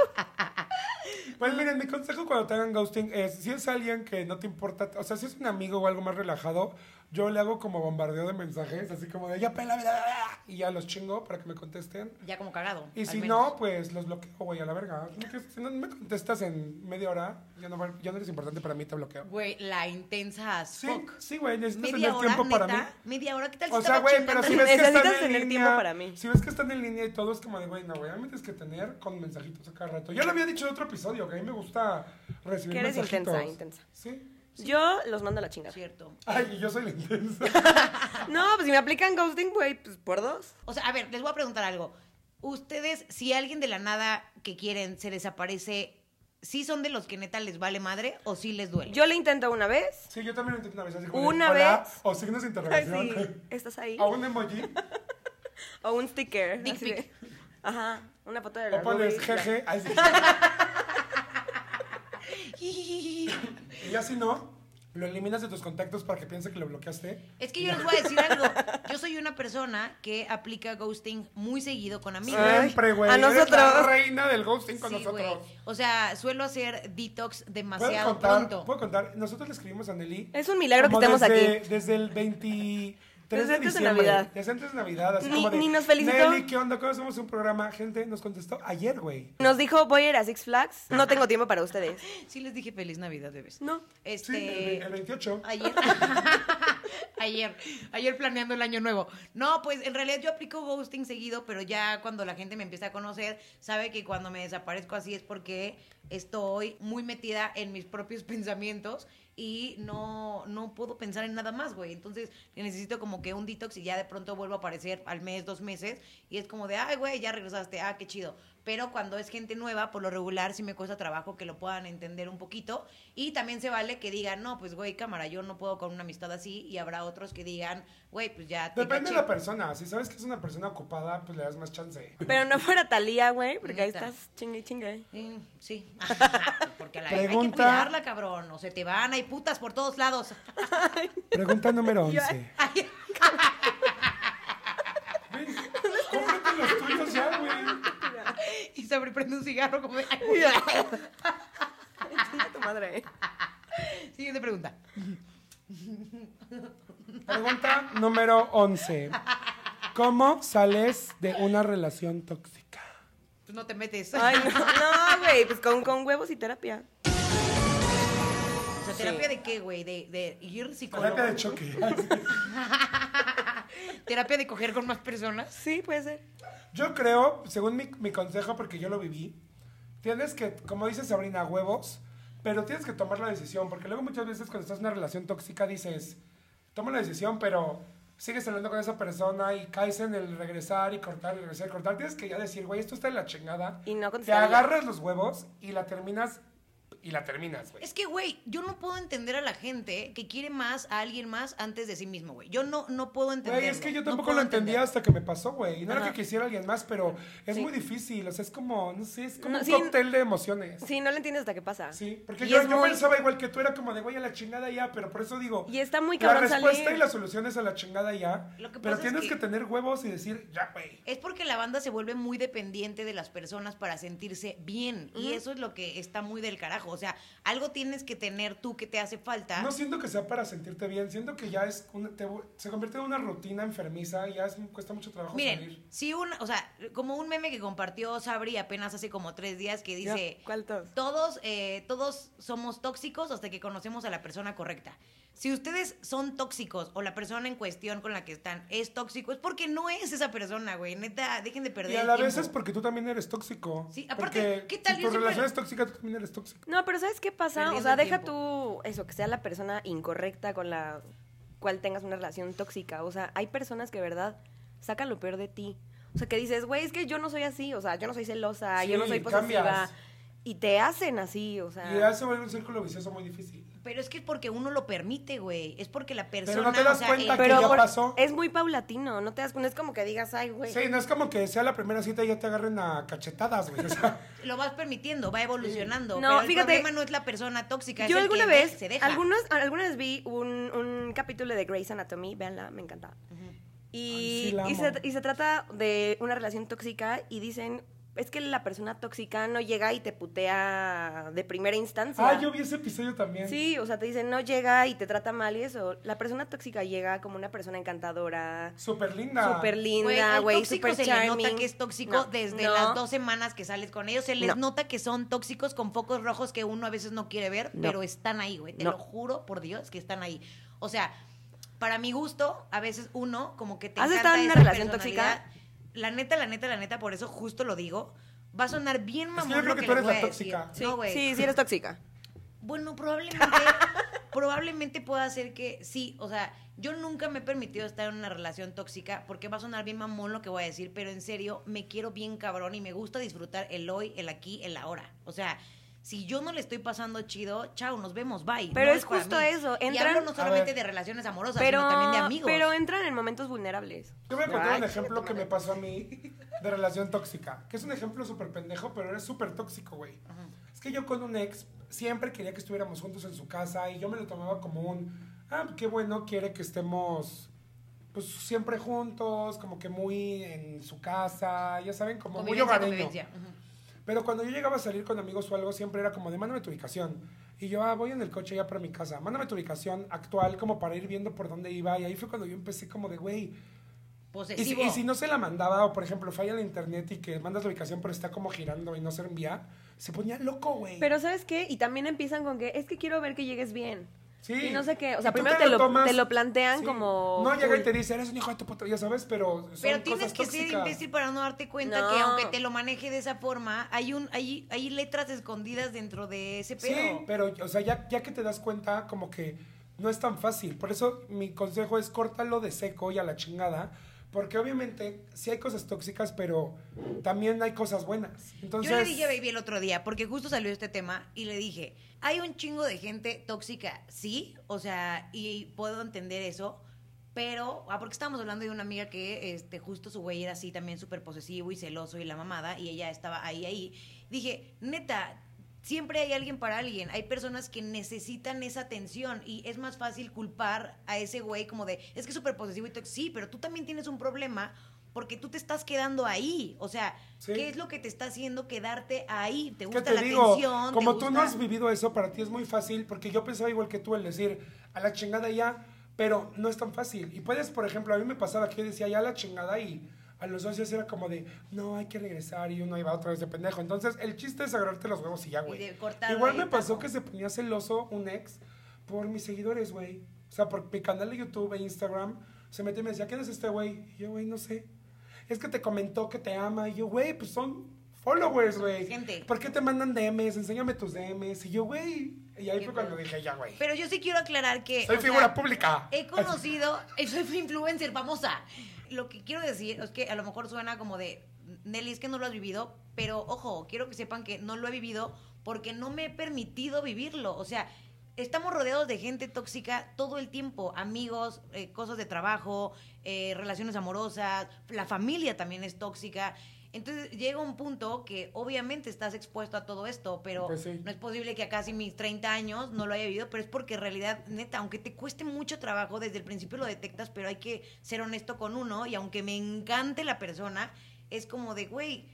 Pues miren, mi consejo cuando te hagan ghosting es, si es alguien que no te importa, o sea, si es un amigo o algo más relajado, yo le hago como bombardeo de mensajes, así como de, ya pela, bla, bla, bla", y ya los chingo para que me contesten.
Ya como cagado.
Y
al
si
menos.
no, pues los bloqueo, güey, a la verga. No que- Si no me contestas en media hora, ya no, va- ya no eres importante para mí, te bloqueo.
Güey, la intensa as
Sí,
fuck.
sí, güey, necesitas
Media
tener
hora,
tiempo para mí.
neta, media hora, ¿qué tal si
O sea,
estaba
güey, pero
chingando?
si ves que están
Necesitas
en
tener
línea,
tiempo para mí.
Si ves que están en línea y todo es como de, güey, no, güey, a mí tienes que tener con mensajitos a cada rato. Ya lo había dicho en otro episodio, que a mí me gusta recibir
Que eres
mensajitos.
intensa, intensa.
Sí.
Yo los mando a la chingada.
Cierto.
Ay, y yo soy la intensa.
No, pues si me aplican ghosting, güey, pues por dos.
O sea, a ver, les voy a preguntar algo. Ustedes, si alguien de la nada que quieren se desaparece, ¿sí son de los que neta les vale madre o sí les duele?
Yo le intento una vez.
Sí, yo también lo intenté una vez. así como de,
Una
"Hola",
vez.
O signos de interrogación.
Así, estás ahí.
Oh.
O un emoji.
O un sticker.
Dick
así de-
pic.
Ajá, una foto de la
O pones
nube, la-
jeje. ay, sí. Y ya si no, lo eliminas de tus contactos para que piense que lo bloqueaste.
Es que yo les voy a decir algo. Yo soy una persona que aplica ghosting muy seguido con amigos.
Ay,
Siempre, güey.
a
eres la
nosotros.
reina del ghosting Ah, con
Sí, güey.
nosotros.
O sea, suelo hacer detox
¿Puedo
demasiado
contar,
pronto.
¿Puedo contar? Nosotros le escribimos a Nelly.
Es un milagro que
como
estemos
desde-
aquí.
Desde el 23
Desde
de
antes de
diciembre.
Navidad.
Desde antes de Navidad. Así
Ni-
como de,
ni nos felicitó.
Nelly, ¿qué onda? ¿Cómo somos un programa? Gente, nos contestó ayer, güey.
Nos dijo, voy a ir a Six Flags. No tengo tiempo para ustedes.
Sí les dije feliz Navidad, bebés.
No.
Este...
Sí, el, el 28.
Ayer. ayer. Ayer planeando el año nuevo. No, pues en realidad yo aplico ghosting seguido, pero ya cuando la gente me empieza a conocer, sabe que cuando me desaparezco así es porque estoy muy metida en mis propios pensamientos y no, no puedo pensar en nada más, güey. Entonces necesito como que un detox y ya de pronto vuelvo a aparecer al mes, dos meses y es como de, ay, güey, ya regresaste, ah, qué chido. Pero cuando es gente nueva, por lo regular sí me cuesta trabajo que lo puedan entender un poquito. Y también se vale que digan, no, pues güey, cámara, yo no puedo con una amistad así. Y habrá otros que digan, güey, pues ya te
Depende
caché".
de la persona. Si sabes que es una persona ocupada, pues le das más chance.
Pero no fuera Talía, güey, porque ahí
Neta.
estás chingue y chingue.
Mm, Sí, porque la, hay que
Pregunta-
cuidarla, cabrón. O se te van, hay putas por todos lados.
Pregunta número
Yo-
11. Ven, cómprate los tuyos ya, güey.
y se prende un cigarro como de... "Ay, güey".
Chinga tu madre. eh.
Siguiente pregunta.
Pregunta número 11. ¿Cómo sales de una relación tóxica?
Pues no te metes.
Ay, no, no, güey, pues con, con huevos y terapia.
o sea, ¿terapia de qué, güey? De, de ir psicólogo.
Terapia de choque.
¿Terapia de coger con más personas?
Sí, puede ser.
Yo creo, según mi, mi consejo, porque yo lo viví, tienes que, como dice Sabrina, huevos, pero tienes que tomar la decisión, porque luego muchas veces cuando estás en una relación tóxica dices, toma la decisión, pero sigues hablando con esa persona y caes en el regresar y cortar y regresar y cortar. Tienes que ya decir, güey, esto está en la chingada.
Y no
Te
contestar.
agarras los huevos y la terminas, y la terminas, güey.
Es que, güey, yo no puedo entender a la gente que quiere más a alguien más antes de sí mismo, güey. Yo no, no puedo entender.
Güey, es que yo tampoco lo entendía hasta que me pasó, güey. Y No era que quisiera a alguien más, pero es
Sí.
muy difícil. O sea, es como, no sé, es como
No,
un
sí.
cóctel de emociones.
Sí, no lo entiendes hasta qué pasa.
Sí, porque
Y
yo,
es
yo
muy-
pensaba igual que tú, era como de, güey, a la chingada ya, pero por eso digo.
Y está muy
La
cabrón
respuesta
salir.
y la solución es a la chingada ya.
Lo que
pero
pasa es
tienes
que-
que... tener huevos y decir, ya, güey.
Es porque la banda se vuelve muy dependiente de las personas para sentirse bien. Y eso es lo que está muy del carajo. relajo. O sea, algo tienes que tener tú que te hace falta.
No siento que sea para sentirte bien, siento que ya es una- te vu- se convierte en una rutina enfermiza y ya es- cuesta mucho trabajo
Miren,
salir.
si un, o sea, como un meme que compartió Sabri apenas hace como tres días que
Ya.
dice,
¿Cuál tos?
todos, eh, todos somos tóxicos hasta que conocemos a la persona correcta. Si ustedes son tóxicos o la persona en cuestión con la que están es tóxico, es porque no es esa persona, güey. Neta, dejen de perder.
Y a
el
la vez
tiempo.
es porque tú también eres tóxico.
Sí, aparte,
Porque
¿qué tal?
Si
Yo
tu
siempre-
relación es tóxica, tú también eres tóxico.
No, pero ¿sabes qué pasa? O
Perdiendo
sea,
el
deja tú eso, que sea la persona incorrecta con la cual tengas una relación tóxica. O sea, hay personas que, de verdad, sacan lo peor de ti. O sea, que dices, güey, es que yo no soy así. O sea, yo no soy celosa, yo no
Sí,
soy posesiva.
cambias.
Y te hacen así, o sea.
Y ya se vuelve un círculo vicioso muy difícil.
Pero es que es porque uno lo permite, güey. Es porque la persona.
no te das cuenta
el-
que
pero
ya
por-
pasó.
es muy paulatino, no te das cuenta. Es como que digas, ay, güey.
Sí, no es como que sea la primera cita y ya te agarren a cachetadas, güey. O sea,
lo vas permitiendo, va evolucionando.
No,
pero el
fíjate,
problema no es la persona tóxica.
Yo
es el
alguna
que
vez,
se deja.
algunos, alguna vez vi un, un capítulo de Grey's Anatomy, véanla, me encanta.
Ay, sí,
Y,
la
y se,
amo.
y se trata de una relación tóxica y dicen, es que la persona tóxica no llega y te putea de primera instancia.
ah, yo vi ese episodio también.
Sí, o sea, te dicen, no llega y te trata mal y eso. La persona tóxica llega como una persona encantadora,
Súper linda.
súper
Güey,
linda,
al
güey,
tóxico
súper
se
charming.
le nota que es tóxico
No,
desde
no.
las dos semanas que sales con ellos. Se les
No.
nota que son tóxicos con focos rojos que uno a veces no quiere ver,
No.
pero están ahí, güey. Te
No.
lo juro por Dios que están ahí. O sea, para mi gusto, a veces uno como que te
¿Has
encanta
estado en una
esa
relación
personalidad.
tóxica?
La neta, la neta, la neta, por eso justo lo digo. Va a sonar bien
que yo
mamón
creo
lo
que
que,
tú
les
eres
voy
la
a decir.
tóxica.
Sí,
No, güey.
sí, sí eres tóxica.
Bueno, probablemente, probablemente pueda ser que sí. O sea, yo nunca me he permitido estar en una relación tóxica porque va a sonar bien mamón lo que voy a decir, pero en serio, me quiero bien cabrón y me gusta disfrutar el hoy, el aquí, el ahora. O sea, si yo no le estoy pasando chido, chao, nos vemos, bye.
Pero
No
es
para
justo
mí.
eso,
Y
entran-
hablo no
A
solamente
ver.
de relaciones amorosas,
Pero,
sino también de amigos.
pero entran en momentos vulnerables.
Yo voy a contar
Ay,
un ejemplo
chinga
que
tu
me
madre.
pasó a mí de relación tóxica. Que es un ejemplo súper pendejo, pero era súper tóxico, güey. Es que yo con un ex siempre quería que estuviéramos juntos en su casa y yo me lo tomaba como un. Ah, qué bueno, quiere que estemos. Pues siempre juntos, como que muy en su casa, ya saben, como muy
Convivencia,
hogareño.
convivencia. Ujú.
Pero cuando yo llegaba a salir con amigos o algo, siempre era como de, mándame tu ubicación. Y yo, ah, voy en el coche ya para mi casa. Mándame tu ubicación actual como para ir viendo por dónde iba. Y ahí fue cuando yo empecé como de, güey, y si,
Posesivo.
y si no se la mandaba, o por ejemplo, falla el internet y que mandas la ubicación, pero está como girando y no se envía, se ponía loco, güey.
Pero ¿sabes qué? Y también empiezan con que es que quiero ver que llegues bien.
Sí.
Y no sé qué. O
Y
sea,
tú
primero te lo,
tomas-
te lo plantean
Sí.
como...
No llega y
cool.
te dice, eres un hijo de tu puta, ya sabes, pero. Son
Pero tienes
cosas
que ser
tóxicas.
imbécil para no darte cuenta
No.
que aunque te lo maneje de esa forma, hay un hay, hay letras escondidas dentro de ese pedo.
Sí, pero, o sea, ya, ya que te das cuenta, como que no es tan fácil. Por eso mi consejo es córtalo de seco y a la chingada. Porque obviamente sí hay cosas tóxicas, pero también hay cosas buenas. Entonces,
Yo le dije a Baby el otro día, porque justo salió este tema, y le dije, hay un chingo de gente tóxica, sí, o sea, y puedo entender eso, pero, ah, porque estábamos hablando de una amiga que este, justo su güey era así también súper posesivo y celoso y la mamada, y ella estaba ahí, ahí. Dije, neta, siempre hay alguien para alguien, hay personas que necesitan esa atención y es más fácil culpar a ese güey como de, es que es súper posesivo y tóxico, sí, pero tú también tienes un problema. Porque tú te estás quedando ahí. O sea,
Sí.
¿qué es lo lo que te está haciendo quedarte ahí. Te
¿Qué
gusta
te
la
digo?
atención. te
como tú
gusta-
no has vivido eso, para ti es muy fácil, porque yo pensaba igual que tú el decir, a la chingada ya, pero no es tan fácil. Y puedes, por ejemplo, a mí me pasaba que yo decía, ya a la chingada y a los dos días era como de, no, hay que regresar y uno iba otra vez de pendejo. Entonces, el chiste es agarrarte los huevos y ya,
Y
güey.
de cortarlo
Igual
ahí,
me pasó
tajo.
que se ponía celoso un ex por mis seguidores, güey. O sea, por mi canal de YouTube e Instagram, se metió y me decía, ¿quién es este güey? Y yo, güey, no sé. Es que te comentó que te ama. Y yo, güey, pues son followers, güey.
Gente.
¿Por qué te mandan DMs? Enséñame tus DMs. Y yo, güey. Y ahí
Qué
fue cuando
pedo.
dije, ya, güey.
Pero yo sí quiero aclarar que.
Soy
o
figura
sea,
pública.
He conocido. eh, Soy influencer famosa. Lo que quiero decir es que a lo mejor suena como de. Nelly, es que no lo has vivido. Pero ojo, quiero que sepan que no lo he vivido porque no me he permitido vivirlo. O sea. Estamos rodeados de gente tóxica todo el tiempo, amigos, eh, cosas de trabajo, eh, relaciones amorosas, la familia también es tóxica. Entonces llega un punto que obviamente estás expuesto a todo esto, pero
Pues sí.
no es posible que a casi mis 30 años no lo haya vivido, pero es porque en realidad, neta, aunque te cueste mucho trabajo, desde el principio lo detectas, pero hay que ser honesto con uno y aunque me encante la persona, es como de, güey,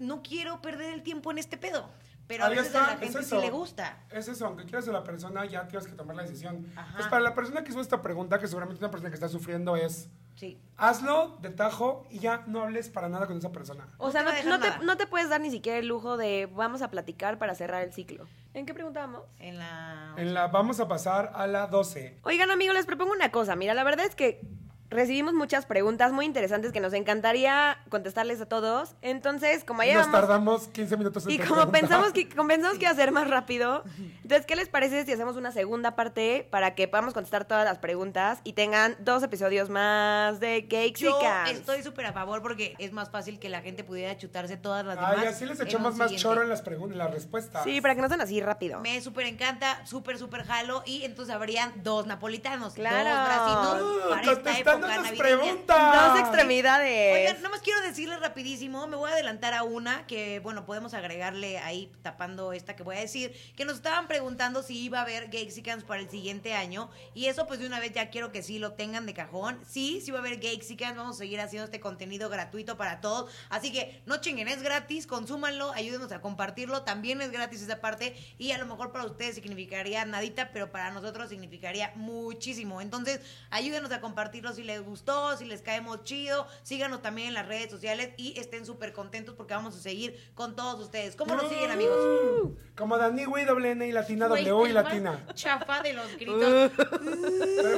no quiero perder el tiempo en este pedo. Pero a
Ahí
veces
está,
a la gente
es
sí
eso.
le gusta.
Es eso, aunque quieras a la persona, ya tienes que tomar la decisión.
Ajá.
Pues para la persona que hizo esta pregunta, que seguramente es una persona que está sufriendo, es
Sí.
hazlo de tajo y ya no hables para nada con esa persona.
O
No
sea,
te va
no,
a dejar
no
nada.
te, no te puedes dar ni siquiera el lujo de vamos a platicar para cerrar el ciclo. ¿En qué preguntábamos?
En la.
En la vamos a pasar a la 12.
Oigan, amigos, les propongo una cosa. Mira, la verdad es que recibimos muchas preguntas muy interesantes que nos encantaría contestarles a todos. Entonces, como ya
Nos
vamos-
tardamos 15 minutos en
Y
tu
como
pregunta.
pensamos que, como pensamos que iba a ser más rápido, entonces, ¿qué les parece si hacemos una segunda parte para que podamos contestar todas las preguntas y tengan dos episodios más de Cake
Yo
Chicas?
estoy súper a favor porque es más fácil que la gente pudiera chutarse todas las demás.
Ay, así les
en
echamos
un
más
siguiente.
choro en las, pregun- en las respuestas.
Sí, para que no sean así rápido.
Me súper encanta, súper, súper jalo. Y entonces habrían dos napolitanos,
Claro.
dos bracitos
Uh,
para esta época
contestando esas
navideña.
preguntas.
Dos extremidades.
Oigan, nada más quiero decirles rapidísimo, me voy a adelantar a una que, bueno, podemos agregarle ahí tapando esta que voy a decir, que nos estaban preguntando si iba a haber Gayxicans para el siguiente año y eso pues de una vez ya quiero que sí lo tengan de cajón. Sí, sí va a haber Gayxicans, vamos a seguir haciendo este contenido gratuito para todos, así que no chinguen, es gratis, consúmanlo, ayúdenos a compartirlo, también es gratis esa parte y a lo mejor para ustedes significaría nadita, pero para nosotros significaría muchísimo. Entonces, ayúdenos a compartirlo si les gustó, si les caemos chido, síganos también en las redes sociales y estén súper contentos porque vamos a seguir con todos ustedes. ¿Cómo nos siguen, amigos?
Uh, Como Dani Wii, doble N y latina,
Güey,
W y
el más
latina.
Chafa de los gritos. Mm.
Soy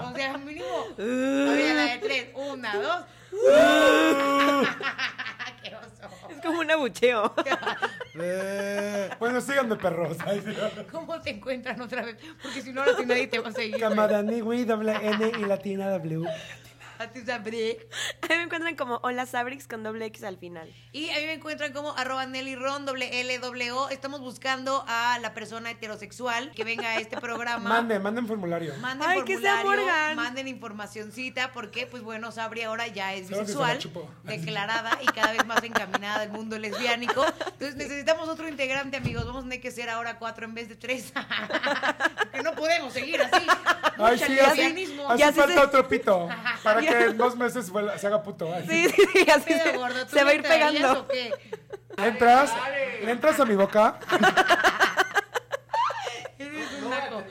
O sea, mínimo. Todavía la de tres. Una, dos. Qué oso.
Es como un abucheo.
Eh, bueno, síganme, perros. Ay, sí.
¿Cómo te encuentran otra vez? Porque si no, ahora sí nadie te va a seguir.
Como Dani Wii, doble N y latina, W.
A ti sabré.
A mí me encuentran como Hola Sabrix con doble X al final.
Y a mí me encuentran como arroba Nelly Ron, doble L, doble O. Estamos buscando a la persona heterosexual que venga a este programa.
Manden, manden formulario.
Manden
Ay, que sea
formulario,
Morgan.
manden informacioncita, porque, pues bueno, Sabri ahora ya es
Creo que se
bisexual,
la chupó.
declarada y cada vez más encaminada al mundo lesbiánico. Entonces necesitamos otro integrante, amigos. Vamos a tener que ser ahora cuatro en vez de tres. Porque no podemos seguir así.
Ay,
Mucho
sí, así,
lesbianismo.
así
Ya sí
falta
se-
otro pito. Para
Ya.
que en dos meses vuela- se haga puto. Ay,
Sí, sí, sí, así
Pero,
se,
gordo, ¿tú
se va
no
a ir
te harías
pegando.
o qué?
¿Le entras? ¿Le entras a mi boca?
Eres un naco.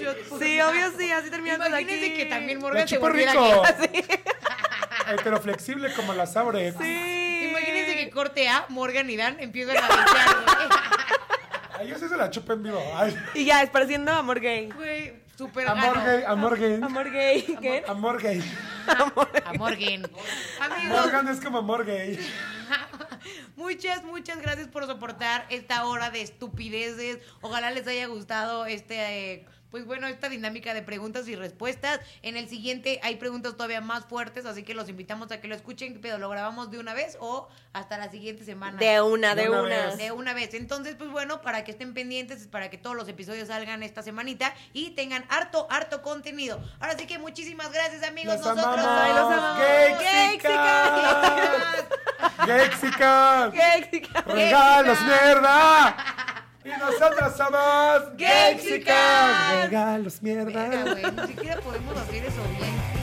Shot-
Sí, obvio, sí, así terminamos
Imagínense
aquí.
que también
Le
Morgan se
chupo
volviera
rico.
gay.
Pero flexible como la sabre.
Sí.
Imagínense que corte A, Morgan y Dan empiezan a bailar.
Ay, yo sí se la chupo en vivo. Ay.
Y ya, esparciendo amor gay.
Güey, Güey, súper
Amor
gano.
gay, amor gay.
Amor gay. ¿Qué?
Amor gay.
A Morgan. Amigos,
Morgan es como amor gay.
muchas, muchas gracias por soportar esta hora de estupideces. Ojalá les haya gustado este. eh, pues bueno, esta dinámica de preguntas y respuestas. En el siguiente hay preguntas todavía más fuertes, así que los invitamos a que lo escuchen, pero lo grabamos de una vez o hasta la siguiente semana.
De una, de,
De una
una.
vez.
De una vez. Entonces, pues bueno, para que estén pendientes, para que todos los episodios salgan esta semanita y tengan harto, harto contenido. Ahora sí que muchísimas gracias, amigos.
Los
Nosotros
amamos.
Ay, los
Gayxicas.
amamos.
Gexican.
Gayxican.
Regalos, mierda. Y nosotras somos
Gayxicas.
Regalos, mierda.
Verga, güey, ni siquiera podemos hacer eso bien.